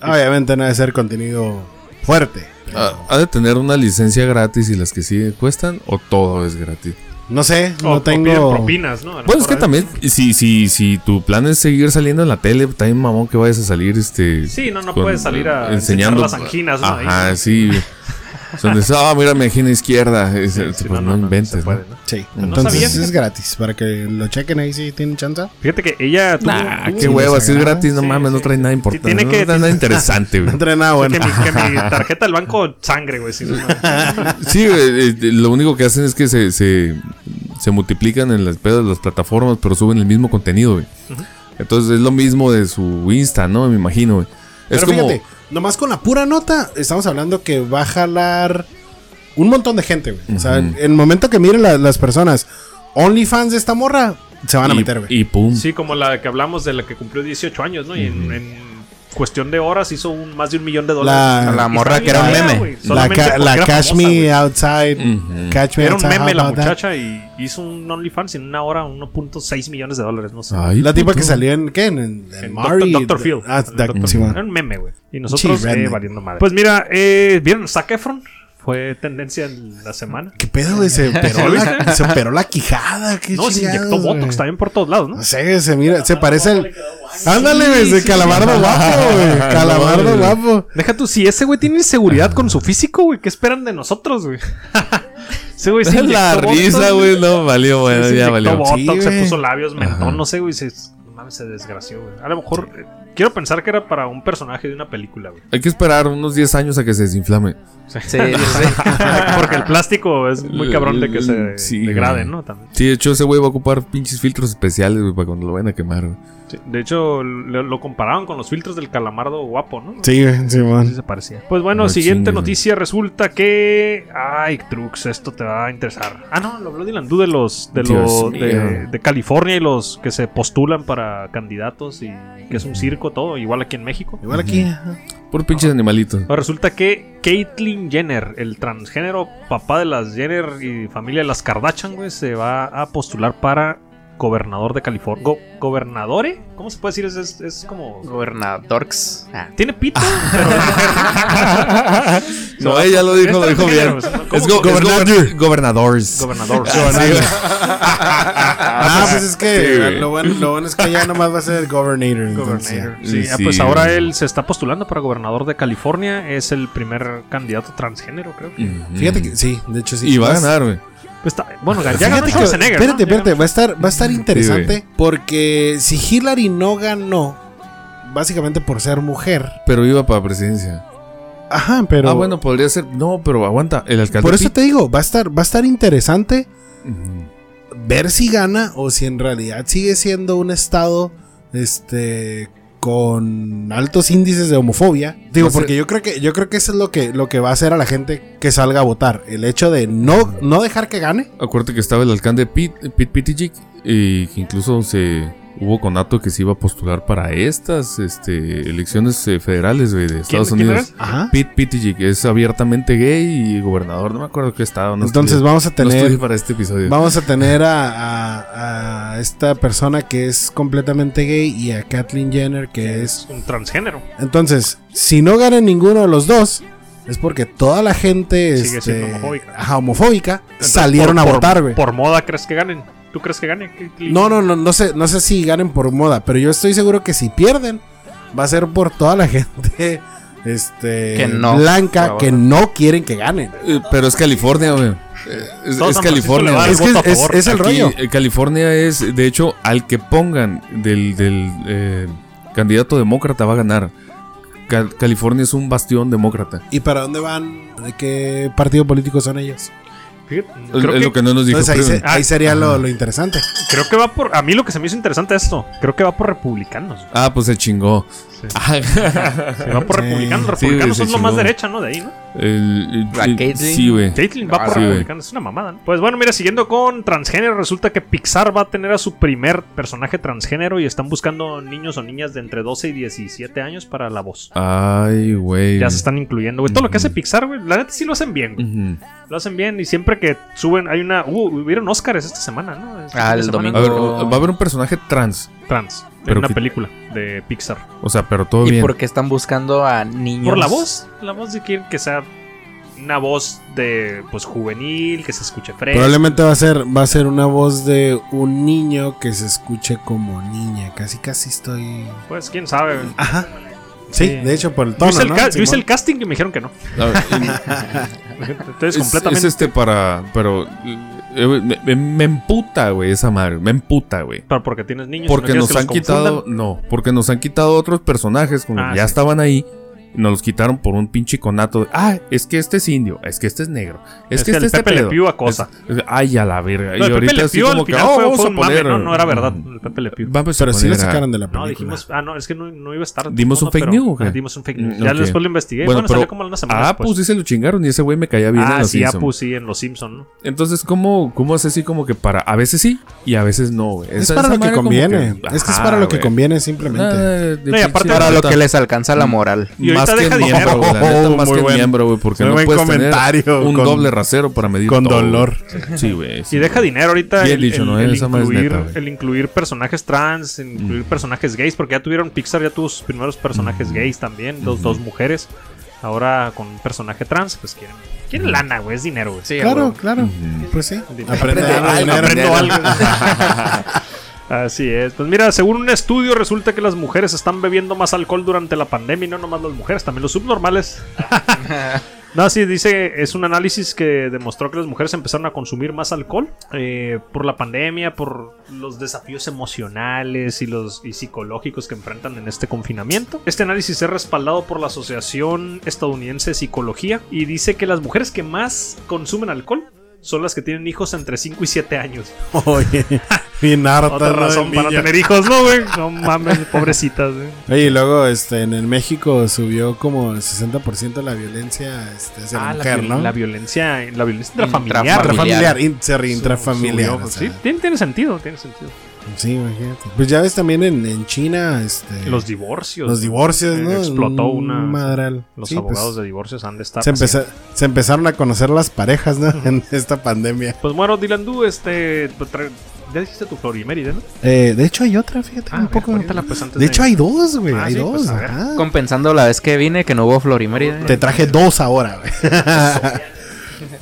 Obviamente no debe ser contenido fuerte. pero Ah, Ha de tener una licencia gratis y las que sí cuestan, o todo es gratis. No sé, O, no o piden tengo. propinas, ¿no? A lo Bueno, es que mejor también, si, si, si tu plan es seguir saliendo en la tele, también mamón que vayas a salir, este... Sí, no, no con- puedes salir a enseñar las anginas, ¿no? Ajá, Ahí. sí. güey. Son de, ah, mira mi angina izquierda. Es- Sí, pues, sí, no, no, no, no, inventes, se ¿no? puede, ¿no? Sí, No entonces sabía. es gratis. Para que lo chequen ahí si tienen [LAUGHS] chance. Fíjate que ella tuvo, Nah, tuvo- qué huevo, así es desagrada. gratis, no Sí, mames, no sí, trae nada sí. importante. Tiene no que- trae nada interesante, güey. No trae nada bueno. que, [LAUGHS] mi, que [LAUGHS] mi tarjeta del banco sangre, güey. sí, no. Sí, güey, eh, eh, lo único que hacen es que se, se, se multiplican en las pedas de las plataformas, pero suben el mismo contenido, güey. Entonces es lo mismo de su Insta, ¿no? Me imagino, güey. Es Pero como. fíjate, nomás con la pura nota, estamos hablando que va a jalar un montón de gente, güey. O sea, en el momento que miren la- las personas OnlyFans de esta morra, se van a y, meter, güey. y pum. Sí, como la que hablamos de la que cumplió 18 años, ¿no? Y en, en cuestión de horas hizo un, más de un millón de dólares. La- la Y morra estaba que era un bien meme. güey, La, solamente ca- porque la era Catch famosa, Me güey. Outside. Ujú. Catch Me Era un Outside. meme how la about that? muchacha y hizo un OnlyFans y en una hora 1.6 millones de dólares, no sé. Ay, La tipa puto. que salió en. ¿Qué? En, en En Mari- Doctor, Doctor Phil. Ah, En da- Doctor sí, Phil. man. Era un meme, güey. Y nosotros Sí, eh, redneck. valiendo madre. Pues mira, eh, ¿vieron Zac Efron? Fue tendencia en la semana. ¿Qué pedo, [LAUGHS] güey? Se operó, la, se operó la quijada. Qué No, se chingados, inyectó güey. Ah, Botox también por todos lados, ¿no? No sé, se mira, se parece al. Ándale, Sí, güey, ese sí, calamardo [LAUGHS] guapo, güey. Calamardo guapo. Deja tú, si ese güey tiene inseguridad Ah. con su físico, güey, ¿qué esperan de nosotros, güey? ese güey se [LAUGHS] La inyectó risa, Botox, güey, no, valió, Sí, bueno, se ya inyectó valió. Botox, Sí, se güey. puso labios, mentón, Ajá. no sé, güey. Se, no mames, se desgració, güey. A lo mejor eh, quiero pensar que era para un personaje de una película, güey. Hay que esperar unos 10 años a que se desinflame. Sí, sí, sí. [LAUGHS] Porque el plástico es muy cabrón de que se Ah. Sí, degrade, güey. ¿no? También. Sí, de hecho, ese güey va a ocupar pinches filtros especiales, güey, para cuando lo vayan a quemar, güey. De hecho, lo, lo comparaban con los filtros del calamardo guapo, ¿no? Sí, güey, Sí Simón. se parecía. Pues bueno, No siguiente chingues, noticia. Resulta que. Ay, Trux, esto te va a interesar. Ah, no, lo habló Dylan Du de los. De, Dios los mío. de, de California y los que se postulan para candidatos y que es un circo todo, igual aquí en México. Igual aquí. Por pinches animalitos. Ahora resulta que Caitlyn Jenner, el transgénero papá de las Jenner y familia de las Kardashian, güey, se va a postular para gobernador de California. Go- ¿Gobernadore? ¿Cómo se puede decir? Es, es, es como. Gobernadorx. Ah. Tiene [LAUGHS] pito, No, ella lo dijo, Esto lo dijo es bien. ingeniero, Es, ¿cómo? go- es Ah, gober- gobernadores. gobernador. Ah, pues es Sí, que güey. lo, bueno, lo bueno es que [LAUGHS] ya nomás va a ser Governator. entonces, Gobernator. ya. Sí, Sí. ah, pues ahora él se está postulando para gobernador de California. Es el primer candidato transgénero, creo. que. ya. Fíjate que sí, de hecho sí. Y va a Vas- ganar, güey. Pues está- bueno, ya ganó Fíjate que, Schwarzenegger. ¿no? espérate, Ya espérate, ganó. va a estar, va a estar interesante Sí, porque si Hillary no ganó, básicamente por ser mujer. Pero iba para presidencia. Ajá, pero ah, bueno, podría ser. No, pero aguanta. El alcalde. por eso Pitt- te digo, va a estar, va a estar interesante Ujú. ver si gana o si en realidad sigue siendo un estado este con altos índices de homofobia. Digo, No sé. porque yo creo que yo creo que eso es lo que lo que va a hacer a la gente que salga a votar, el hecho de no no dejar que gane. Acuérdate que estaba el alcalde Pete, Pete Buttigieg, y que incluso se hubo conato que se iba a postular para estas este, elecciones eh, federales güey, de Estados quién Unidos. Ajá. Pete Buttigieg es abiertamente gay y gobernador, no me acuerdo qué estado. no Entonces estudié- vamos a no tener estudié para este episodio. Vamos a tener a, a- a esta persona que es completamente gay y a Kathleen Jenner que es... Es un transgénero. Entonces, si no gana ninguno de los dos, es porque toda la gente Sigue este, siendo homofóbica. ajá, homofóbica, Entonces, salieron por- a por- votar, güey. Por moda, ¿crees que ganen? ¿Tú crees que gane? ¿Qué- qué- No, no, no, no sé, no sé si ganen por moda, pero yo estoy seguro que si pierden, va a ser por toda la [LAUGHS] gente este, Que no. blanca Por que no quieren que ganen. Eh, pero es California, güey. Eh, Es, Todo es San Francisco California. le va a güey. dar Es que voto a es- favor. es el Aquí, rollo. eh, California es, de hecho, al que pongan del, del, eh, candidato demócrata va a ganar. Cal- California es un bastión demócrata. ¿Y para dónde van? ¿De qué partido político son ellos? Fíjate, Es Creo es lo que, que no nos dijo. Entonces ahí, Primo. se- ahí sería lo, lo interesante. creo que va por. A mí lo que se me hizo interesante esto. Creo que va por republicanos. Ah, pues se chingó. Sí. Ah, Se va por Sí. republicanos. Sí, Republicanos güey, son se lo más chingó. derecha, ¿no? De ahí, ¿no? [LAUGHS] el- La el- Caitlyn. sí, güey. Caitlyn va Ah, por sí, güey. republicanos. Es una mamada, ¿no? Pues bueno, mira, siguiendo con transgénero, resulta que Pixar va a tener a su primer personaje transgénero y están buscando niños o niñas de entre 12 y 17 años para la voz. Ay, güey. Ya se están incluyendo, güey. Todo lo que hace Ujú. Pixar, güey, la neta sí lo hacen bien, güey. Ujú. Lo hacen bien y siempre que suben, hay una. Uh, hubieron Oscars esta semana, ¿no? Este fin Ah, de el semana, A ver, No. va a haber un personaje trans. Trans. En Pero una que- película de Pixar. O sea, pero todo ¿Y bien. por qué están buscando a niños? Por la voz. La voz de quieren que sea una voz de pues juvenil, que se escuche fresco. Probablemente va a ser, va a ser una voz de un niño que se escuche como niña. Casi, casi estoy. Pues quién sabe. Ah, Ajá. Sí, Sí. de hecho por el Yo tono. hice, el ¿no? ca- yo Simón. hice el casting y me dijeron que no. [LAUGHS] A ver, Entonces, es, completamente. es este para. Pero. eh, güey, me- me, me emputa, güey, esa madre. Me emputa, güey. Pero porque tienes niños. y Porque no quieres nos que los han quitado. confundan. No, porque nos han quitado otros personajes como Ah, ya sí. estaban ahí. y Nos los quitaron por un pinche conato. de, ah, es que este es indio, es que este es negro, es, Es que, que el este es Pepe Le Pew acosa. Es- es- ay, a la verga. No, y el Pepe ahorita Le así Pew como al que, final "Oh, fue, vamos fue a un mame, poner- ¿no? No era verdad. El Pepe Le Pew. Vamos a Pero sí lo poner a- sacaron de la película. No, dijimos. Ah, no, es que no, no iba a estar. ¿Dimos no, un fake pero- news o qué? ah, dimos un fake news. Mm, Ya ok. después lo investigué. Bueno, Bueno, pero- salió como una semana Ah, después. pues sí se lo chingaron y ese güey me caía bien. en ah, los sí, ah, Simpson. pues sí, en Los Simpsons, ¿no? Entonces, ¿cómo, ¿cómo es así como que para... A veces sí y a veces no, güey? Es Esa- para esa lo que madre como conviene. Es que es Ajá, para lo que güey. Ah, conviene simplemente. Nada de No, y aparte- pinche Para lo neta. que les alcanza la moral. Y ahorita más que deja miembro, dinero. güey, la neta, Oh, más muy que buen- miembro, güey, porque muy no buen puedes tener comentario, un con- doble rasero para medir con todo, güey. dolor. Sí, güey. sí, Y deja güey. dinero ahorita Bien el, dicho, el- ¿no? el Esa madre es incluir, neta, güey. Mm. el incluir personajes trans, el incluir personajes gays, porque ya tuvieron Pixar, ya tuvo sus primeros personajes gays también, Mm. dos, dos mujeres. Ahora con un personaje trans, pues quieren, Mm. quieren lana, güey, es dinero, güey. Claro, claro. Pues sí. Ah, Aprende Aprende algo, algo, dinero. aprendo [LAUGHS] Así es. Pues mira, según un estudio resulta que las mujeres están bebiendo más alcohol durante la pandemia y no nomás las mujeres, también los subnormales. No, sí, dice, es un análisis que demostró que las mujeres empezaron a consumir más alcohol eh, por la pandemia, por los desafíos emocionales y los y psicológicos que enfrentan en este confinamiento. Este análisis es respaldado por la Asociación Estadounidense de Psicología y dice que las mujeres que más consumen alcohol son las que tienen hijos entre 5 y 7 años. Oye, bien harta. Otra ¿no? razón del para niño. tener hijos, ¿no, güey? No mames, pobrecitas, [LAUGHS] güey. Oye, y luego este, en el México subió como el 60% la violencia este, hacia la Ah, la, mujer, viol- ¿no? la violencia, la violencia intrafamiliar. Intrafamiliar, Intrafamiliar. in- sorry, Su- intrafamiliar. subió, pues, o sí, sea. tiene, tiene sentido, tiene sentido. Sí, imagínate. Pues ya ves también en, en China, este, Los los, divorcios. divorcios, eh, ¿no? explotó Un una- madral. Los Sí, pues, abogados de divorcios han de estar. se, empeza- así. se [LAUGHS] empezaron a conocer las parejas, ¿no? en esta pandemia. Pues bueno, Dylan Du, este. tra- ya dijiste tu florimérida, ¿no? Eh, de hecho, hay otra, fíjate. Ah, un mira, poco- cuéntala, pues, antes de hecho, hay dos, güey. Ah, hay sí, dos. pues, a ver. ajá. Compensando la vez que vine que no hubo Florimérida. Te traje dos ahora, güey. [LAUGHS]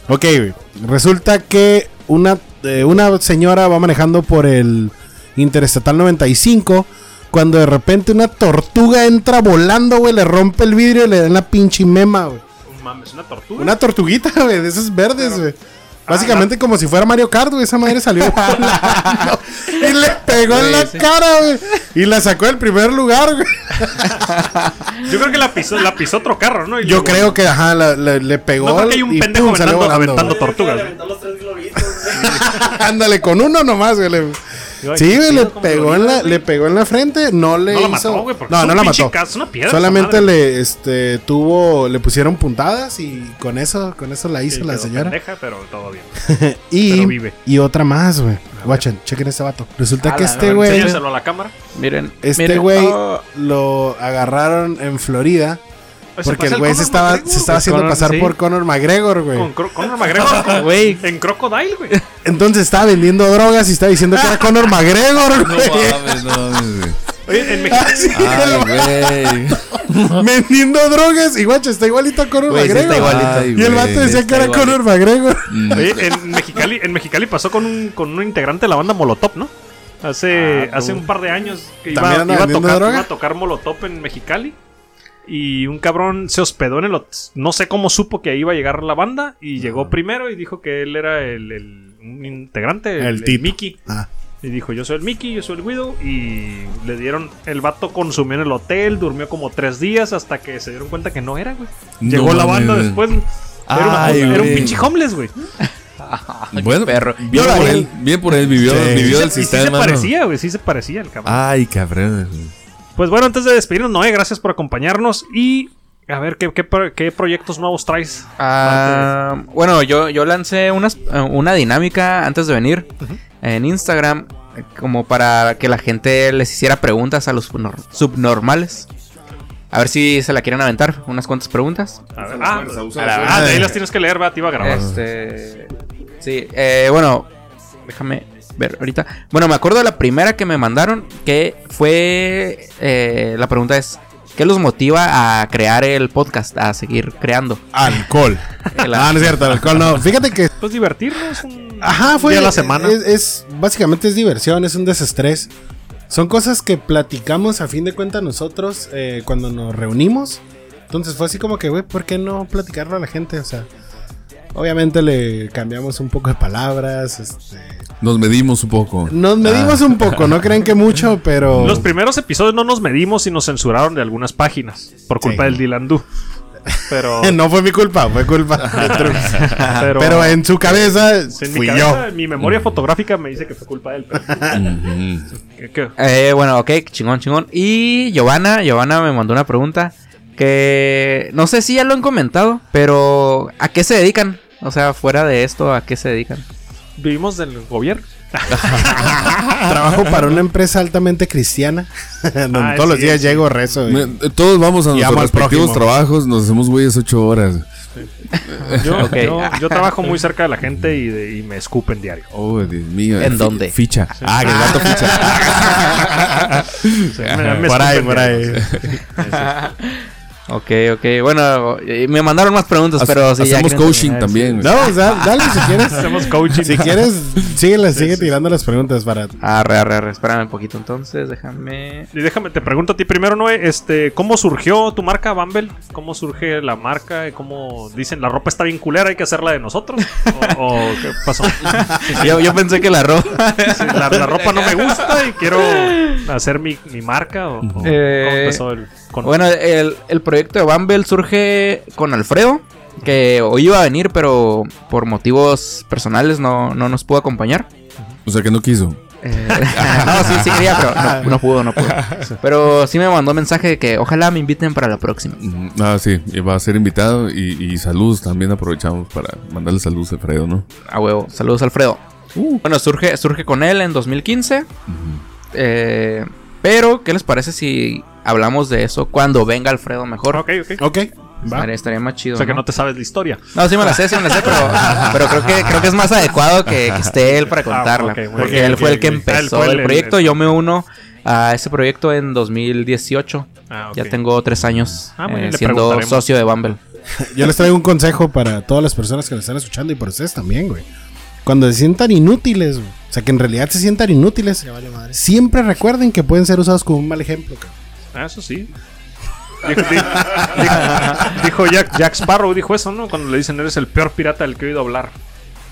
ok, güey. Resulta que una, eh, una señora va manejando por el Interestatal 95. Cuando de repente una tortuga entra volando, güey, le rompe el vidrio y le dan la pinche mema, güey. No Mames, una tortuga. Una tortuguita, [LAUGHS] güey, de esos verdes, güey. Ah, Básicamente como si fuera Mario Kart, güey. Esa madre salió [LAUGHS] volando y le pegó en Güey, la sí. cara, güey. Y la sacó del primer lugar, güey. Yo creo que la pisó, la pisó otro carro, ¿no? Y Yo luego- creo que, ajá, la- la- le pegó. No creo que hay un y pendejo pum, salió aventando- volando, güey. aventando tortugas, Le güey. aventó los tres globitos, güey. [LAUGHS] Ándale, con uno nomás, güey. le- Yo, ay, Sí, qué güey, le pedo con pegó, en Florida, la, güey. le pegó en la frente, no le No la hizo... mató, güey, porque no, es no un la pinche mató. cazo, una piedra, Solamente esa madre. le, este, tuvo, le pusieron puntadas y con eso, con eso la hizo Sí, la quedó señora. pendeja, pero todo bien. Y, pero vive. y otra más, güey. Guachen, chequen este vato. Resulta A que la este verga, güey, Enséñaselo a la cámara. Miren, este miren. güey Oh, lo agarraron en Florida Oye, porque parece el al güey se Conor estaba, McGregor, se estaba güey. haciendo Conor, pasar sí. por Conor McGregor, güey. Con Cro- Conor McGregor. [LAUGHS] con- Güey. En Crocodile, güey. Entonces estaba vendiendo drogas y estaba diciendo [LAUGHS] que era Conor McGregor, No güey. [LAUGHS] mames, no mames, güey. Oye, en México. Así el vato- Ay, güey. vendiendo drogas. Y guacho, está igualito a Conor Güey, sí McGregor. está igualito. Ay, y el güey. vato decía que está era igualito. Conor McGregor. Mm. Oye, en Mexicali, en Mexicali pasó con un, con un integrante de la banda Molotov, ¿no? Hace, Ah, hace no. un par de años que iba, ¿También anda iba a vendiendo tocar, droga? iba a tocar Molotov en Mexicali. Y un cabrón se hospedó en el hot- No sé cómo supo que ahí iba a llegar la banda. Y llegó primero y dijo que él era el, el- un integrante, El el, tipo. Mickey. Ah. Y dijo, yo soy el Mickey, yo soy el Guido. Y le dieron... El vato consumió en el hotel, durmió como tres días hasta que se dieron cuenta que no era, güey. No Llegó la banda mames. después. güey. Era, Ay, un, era un güey. pinche homeless, güey. qué Bueno, perro. Bien Yo la por vi. él, bien por él, vivió, Sí. Y vivió se- el y sí sistema. se ¿no? parecía, güey. Sí se parecía el Ah. cabrón. Ay, cabrón. güey. Pues bueno, antes de despedirnos, Noé, gracias por acompañarnos. Y a ver, ¿qué, qué pro- qué proyectos nuevos traes? Ah, bueno, yo, yo lancé unas, eh, una dinámica antes de venir en Instagram eh, como para que la gente les hiciera preguntas a los subnor- subnormales. A ver si se la quieren aventar, unas cuantas preguntas. A ver, ah, ah, de ahí las tienes que leer, va, te iba a grabar. Este, sí, eh, bueno, déjame ver ahorita. Bueno, me acuerdo de la primera que me mandaron, que fue, eh, la pregunta es, ¿qué los motiva a crear el podcast, a seguir creando? Alcohol. El- Ah, no es cierto, el alcohol [LAUGHS] no. Fíjate que. Pues divertirnos. un- Ajá, fue. Día a la semana. Es, es- básicamente es diversión, es un desestrés. Son cosas que platicamos a fin de cuentas nosotros eh, cuando nos reunimos. Entonces fue así como que, güey, ¿por qué no platicarlo a la gente? O sea, obviamente le cambiamos un poco de palabras. Este, Nos medimos un poco. nos medimos un poco, no creen [LAUGHS] que mucho, pero. Ah. [LAUGHS] Los primeros episodios no nos medimos y nos censuraron de algunas páginas por culpa Sí. del Dilandú. Pero, No fue mi culpa, fue culpa de Trux. pero, Pero en su cabeza en mi fui cabeza, yo. mi memoria fotográfica me dice que fue culpa de él. pero- [LAUGHS] Ujú. ¿Qué- qué? Eh, bueno, ok, chingón, chingón. Y Giovanna, Giovanna me mandó una pregunta que no sé si ya lo han comentado, pero ¿a qué se dedican? O sea, fuera de esto, ¿a qué [LAUGHS] se dedican? Vivimos del gobierno. Trabajo para una empresa altamente cristiana. [LAUGHS] donde Ah, todos los sí, días sí. llego, rezo. y- Me- eh, Todos vamos a Y nuestros amo al respectivos prójimo. trabajos, nos hacemos güeyes ocho horas. [LAUGHS] Yo, Ok. yo, yo trabajo muy cerca de la gente y, de- y me escupen diario. Oh, Dios mío. ¿En Fi- dónde? Ficha. Ah, que el gato ficha. Me- me por ahí, escupen por ahí. Ok, ok, bueno, eh, me mandaron más preguntas, [LAUGHS] pero sí, ya Hacemos quieren coaching terminar, sí. también. güey. No, o sea, dale si quieres. Hacemos coaching. [LAUGHS] Si quieres, síguele, sigue tirando las preguntas para. Arre, arre, arre, espérame un poquito entonces, déjame... Y déjame, te pregunto a ti primero, Noé, este, ¿cómo surgió tu marca, Bumble? ¿Cómo surge la marca? ¿Cómo dicen, la ropa está bien culera, hay que hacerla de nosotros? ¿O, o qué [LAUGHS] pasó? Ah, Yo, yo pensé que la ropa... Sí, La, la ropa no me gusta y quiero hacer mi, mi marca. ¿O, o cómo Eh, empezó el con- [LAUGHS] Bueno, el, el proyecto de Bumble surge con Alfredo, que hoy iba a venir, pero por motivos personales no, no nos pudo acompañar. O sea que no quiso. Eh, [LAUGHS] no, sí, sí quería, pero no, no pudo, no pudo. Pero sí me mandó mensaje de que ojalá me inviten para la próxima. Ujú. Ah, sí, y va a ser invitado y, y saludos también aprovechamos para mandarle saludos a Alfredo, ¿no? A huevo, saludos Alfredo. Bueno, surge, surge con él en 2015. Eh, pero, ¿qué les parece si hablamos de eso cuando venga Alfredo mejor? Ok, ok. Ok. ¿va? Estaría, estaría más chido. O sea que ¿no? no te sabes la historia. No, sí me la sé, sí me [LAUGHS] la sé, pero, pero creo, que, creo que es más adecuado que, que esté él para contarla. Ah, ok, muy porque bien, él ok, fue el que ok. Ah, él empezó fue el- el, el- proyecto. Yo me uno a ese proyecto en 2018. Ah, ok. Ya tengo tres años Ah, muy bien, eh, le siendo preguntaremos. socio de Bumble. Yo les traigo un consejo para todas las personas que nos están escuchando y para ustedes también, güey. Cuando se sientan inútiles, güey, o sea, que en realidad se sientan inútiles, Ya vale madre. siempre recuerden que pueden ser usados como un mal ejemplo, cabrón. Ah, eso sí. Dijo, di- di- dijo Jack, Jack Sparrow, dijo eso, ¿no? Cuando le dicen eres el peor pirata del que he oído hablar.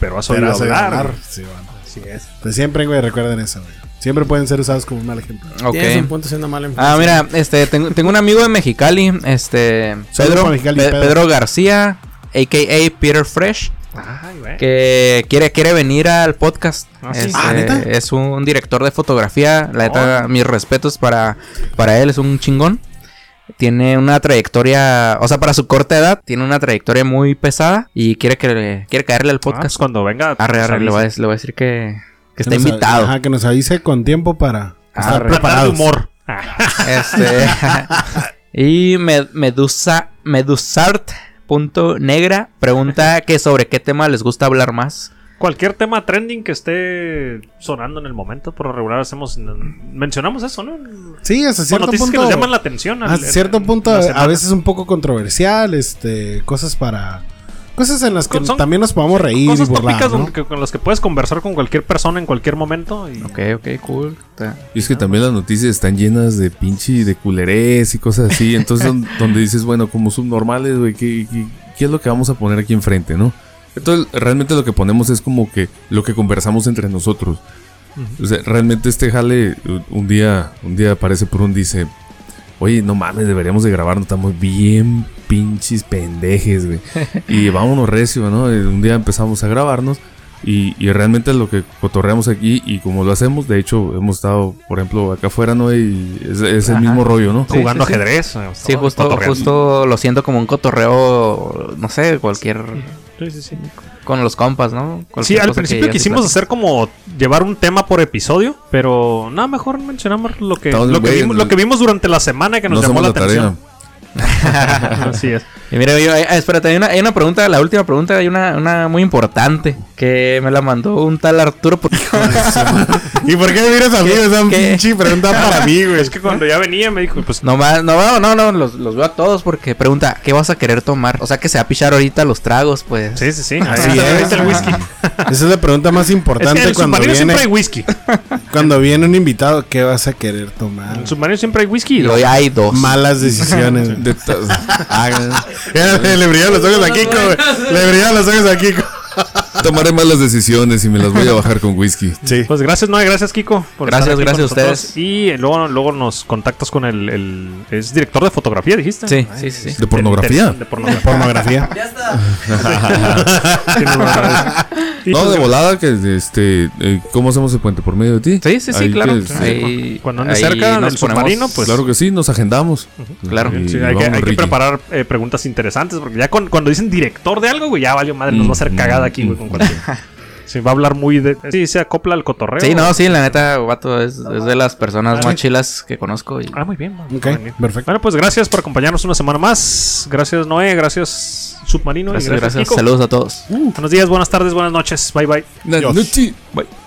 Pero has oído Pero hace hablar. ganar, sí, bueno. Entonces, siempre, güey, recuerden eso, güey. Siempre pueden ser usados como un mal ejemplo. Ok. Tienes un punto siendo mal Ah, mira, este, tengo, tengo un amigo de Mexicali, este, Saludos Pedro, para Mexicali, Pe- Pedro. Pedro García, a.k.a. Peter Fresh. Ay, güey. que quiere, quiere venir al podcast. Ah, sí. Este, Ah, ¿neta? Es un director de fotografía. La neta, mis respetos para, para él, es un chingón. Tiene una trayectoria, o sea, para su corta edad, tiene una trayectoria muy pesada y quiere que le- quiere caerle al Ah, pues podcast. cuando venga. Arre, arre, pues, le voy a, avisa. dec- le voy a decir que, que Que está nos a- invitado. Ah, Ajá, que nos avise con tiempo para estar Tratar de Arre. preparados. humor. [LAUGHS] Este. [LAUGHS] y me- medusa, medusart.negra pregunta que sobre qué tema les gusta hablar más. Cualquier tema trending que esté sonando en el momento, por lo regular hacemos. Mencionamos eso, ¿no? Sí, hasta Son cierto noticias punto. que nos llaman la atención. al- a cierto en- punto, en la a- a semana. veces un poco controversial, este, cosas para... Cosas en las que Son- también nos podamos reír y Cosas burlar, tópicas ¿no? con, que- con las que puedes conversar con cualquier persona en cualquier momento. Y... Ok, ok, cool. Está- Y es que también las noticias están llenas de pinche de culerés y cosas así. Entonces, don- donde dices, bueno, como subnormales, güey, ¿qué, qué, qué es lo que vamos a poner aquí enfrente, no? Entonces, realmente lo que ponemos es como que lo que conversamos entre nosotros. O sea, realmente este jale, u- un día, un día aparece por un dice, oye, no mames, deberíamos de grabar, no estamos bien pinches pendejes, güey. y vámonos recio, ¿no? Eh, Un día empezamos a grabarnos y, y realmente lo que cotorreamos aquí y como lo hacemos, de hecho, hemos estado, por ejemplo, acá afuera, ¿no? Y es, es el Ajá. mismo rollo, ¿no? Sí, Jugando sí, sí. ajedrez. eh, Sí, todo justo, cotorreando. justo lo siento como un cotorreo, no sé, cualquier... Sí, sí, sí. Con los compas, ¿no? Sí, Cualquier al cosa que principio ya se quisimos platica. hacer como llevar un tema por episodio, pero nada, mejor mencionamos lo que, Estamos lo que, bien, vimos, güey. lo que vimos durante la semana que nos No llamó hacemos la la tarea. atención. [LAUGHS] Así es. Y mira, yo- ah, espérate, hay una, hay una pregunta, la última pregunta, hay una, una muy importante que me la mandó un tal Arturo. [LAUGHS] Porque... [LAUGHS] ¿Y por qué me miras a mí? Esa ¿Qué? pinche pregunta para mí, güey. Es que cuando ya venía me dijo, pues no, más- no, no, no, no, los, los veo a todos porque pregunta, ¿qué vas a querer tomar? O sea, que se va a pichar ahorita los tragos, pues. sí, sí, sí. Ahí, Así ahí es. está el whisky. [LAUGHS] Esa es la pregunta más Es que importante en el cuando, submarino siempre hay viene, whisky. En cuando viene un invitado. ¿Qué vas a querer tomar? el submarino siempre hay whisky. Y hoy hay [LAUGHS] dos. Malas decisiones. Eh, De to- Ah, Mira, le, le brillaron los ojos a Kiko, güey. Le brillaron los ojos a Kiko. [LAUGHS] Tomaré malas decisiones y me las voy a bajar con whisky. Sí. Pues gracias, no, gracias Kiko. por Gracias, estar aquí gracias con a nosotros. ustedes. Y luego, luego nos contactas con el, el- Es director de fotografía, dijiste. Sí, sí, sí. sí. De pornografía. De pornografía. Pornografía. Ya está. [LAUGHS] Y [LAUGHS] No, pues, de volada que este eh, ¿cómo hacemos el puente? ¿Por medio de ti? Sí, sí, sí, Ahí claro. que, este, Ahí- Cuando ande ahí cerca nos del ponemos- submarino, pues. Claro que sí, nos agendamos. Claro. Y Sí, hay, que, vamos, hay que Ricky. preparar eh, preguntas interesantes porque ya con- cuando dicen director de algo, güey, ya valió madre, nos va a Mm, hacer cagada aquí, güey, Mm-hmm. con cualquier. Sí, va a hablar muy de. Sí, se acopla al cotorreo. Sí, no, sí, la neta, vato, es, es de las personas más chilas que conozco. Y... Ah, muy bien. vamos Ok, a venir. perfecto. Bueno, pues gracias por acompañarnos una semana más. Gracias, Noé. Gracias, Submarino. y Gracias, gracias. Kiko. Saludos a todos. Buenos días, buenas tardes, buenas noches. Bye, bye. Buenas noches. Bye.